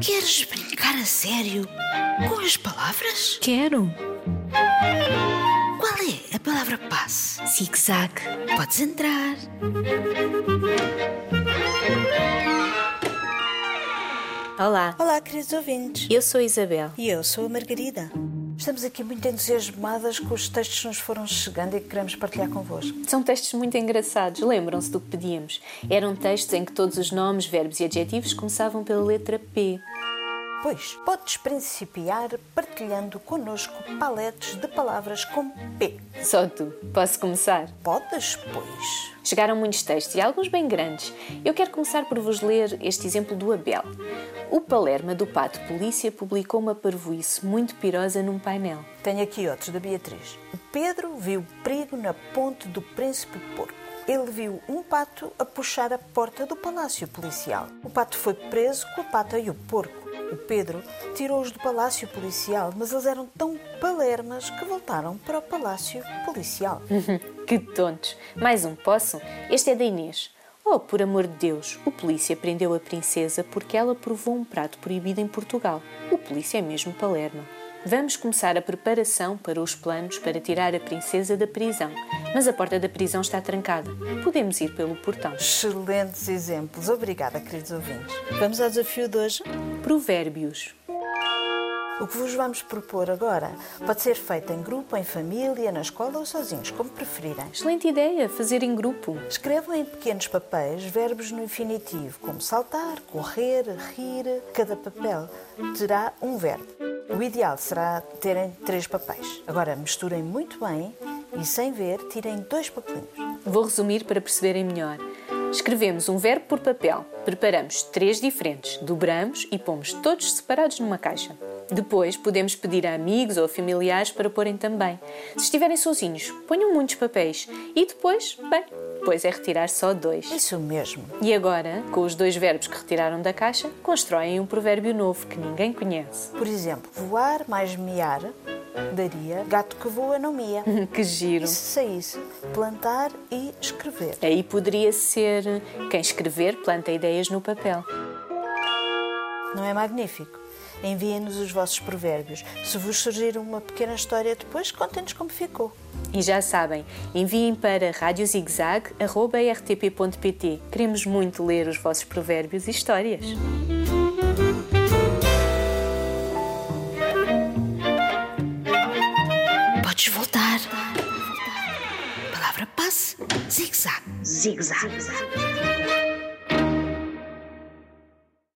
Queres brincar a sério? Com as palavras? Quero. Qual é a palavra passe? Zig-zag. Podes entrar. Olá, Olá, queridos ouvintes. eu sou a Isabel. E eu sou a Margarida. Estamos aqui muito entusiasmadas com os textos que nos foram chegando e que queremos partilhar convosco. São textos muito engraçados, lembram-se do que pedíamos. Eram textos em que todos os nomes, verbos e adjetivos começavam pela letra P. Pois, podes principiar partilhando connosco paletes de palavras com P. Só tu, posso começar? Podes, pois. Chegaram muitos textos e alguns bem grandes. Eu quero começar por vos ler este exemplo do Abel. O Palerma do Pato Polícia publicou uma parvoíce muito pirosa num painel. Tenho aqui outros da Beatriz. O Pedro viu perigo na ponte do Príncipe Porco. Ele viu um pato a puxar a porta do palácio policial. O pato foi preso com a pata e o porco. O Pedro tirou-os do palácio policial, mas eles eram tão palermas que voltaram para o palácio policial. que tontos! Mais um, posso? Este é da Inês. Oh, por amor de Deus, o polícia prendeu a princesa porque ela provou um prato proibido em Portugal. O polícia é mesmo Palermo. Vamos começar a preparação para os planos para tirar a princesa da prisão. Mas a porta da prisão está trancada. Podemos ir pelo portão. Excelentes exemplos. Obrigada, queridos ouvintes. Vamos ao desafio de hoje? Provérbios. O que vos vamos propor agora pode ser feito em grupo, em família, na escola ou sozinhos, como preferirem. Excelente ideia, fazer em grupo. Escrevam em pequenos papéis verbos no infinitivo, como saltar, correr, rir. Cada papel terá um verbo. O ideal será terem três papéis. Agora misturem muito bem e, sem ver, tirem dois papelinhos. Vou resumir para perceberem melhor. Escrevemos um verbo por papel, preparamos três diferentes, dobramos e pomos todos separados numa caixa. Depois podemos pedir a amigos ou a familiares para porem também. Se estiverem sozinhos, ponham muitos papéis e depois, bem, depois é retirar só dois. Isso mesmo. E agora, com os dois verbos que retiraram da caixa, constroem um provérbio novo que ninguém conhece. Por exemplo, voar mais miar daria gato que voa não mia. que giro! E se saísse, plantar e escrever. Aí poderia ser quem escrever planta ideias no papel. Não é magnífico? Enviem-nos os vossos provérbios. Se vos surgir uma pequena história depois, contem-nos como ficou. E já sabem, enviem para radiozigzag.rtp.pt. Queremos muito ler os vossos provérbios e histórias. Podes voltar. Palavra passe. Zig-zag. zigzag.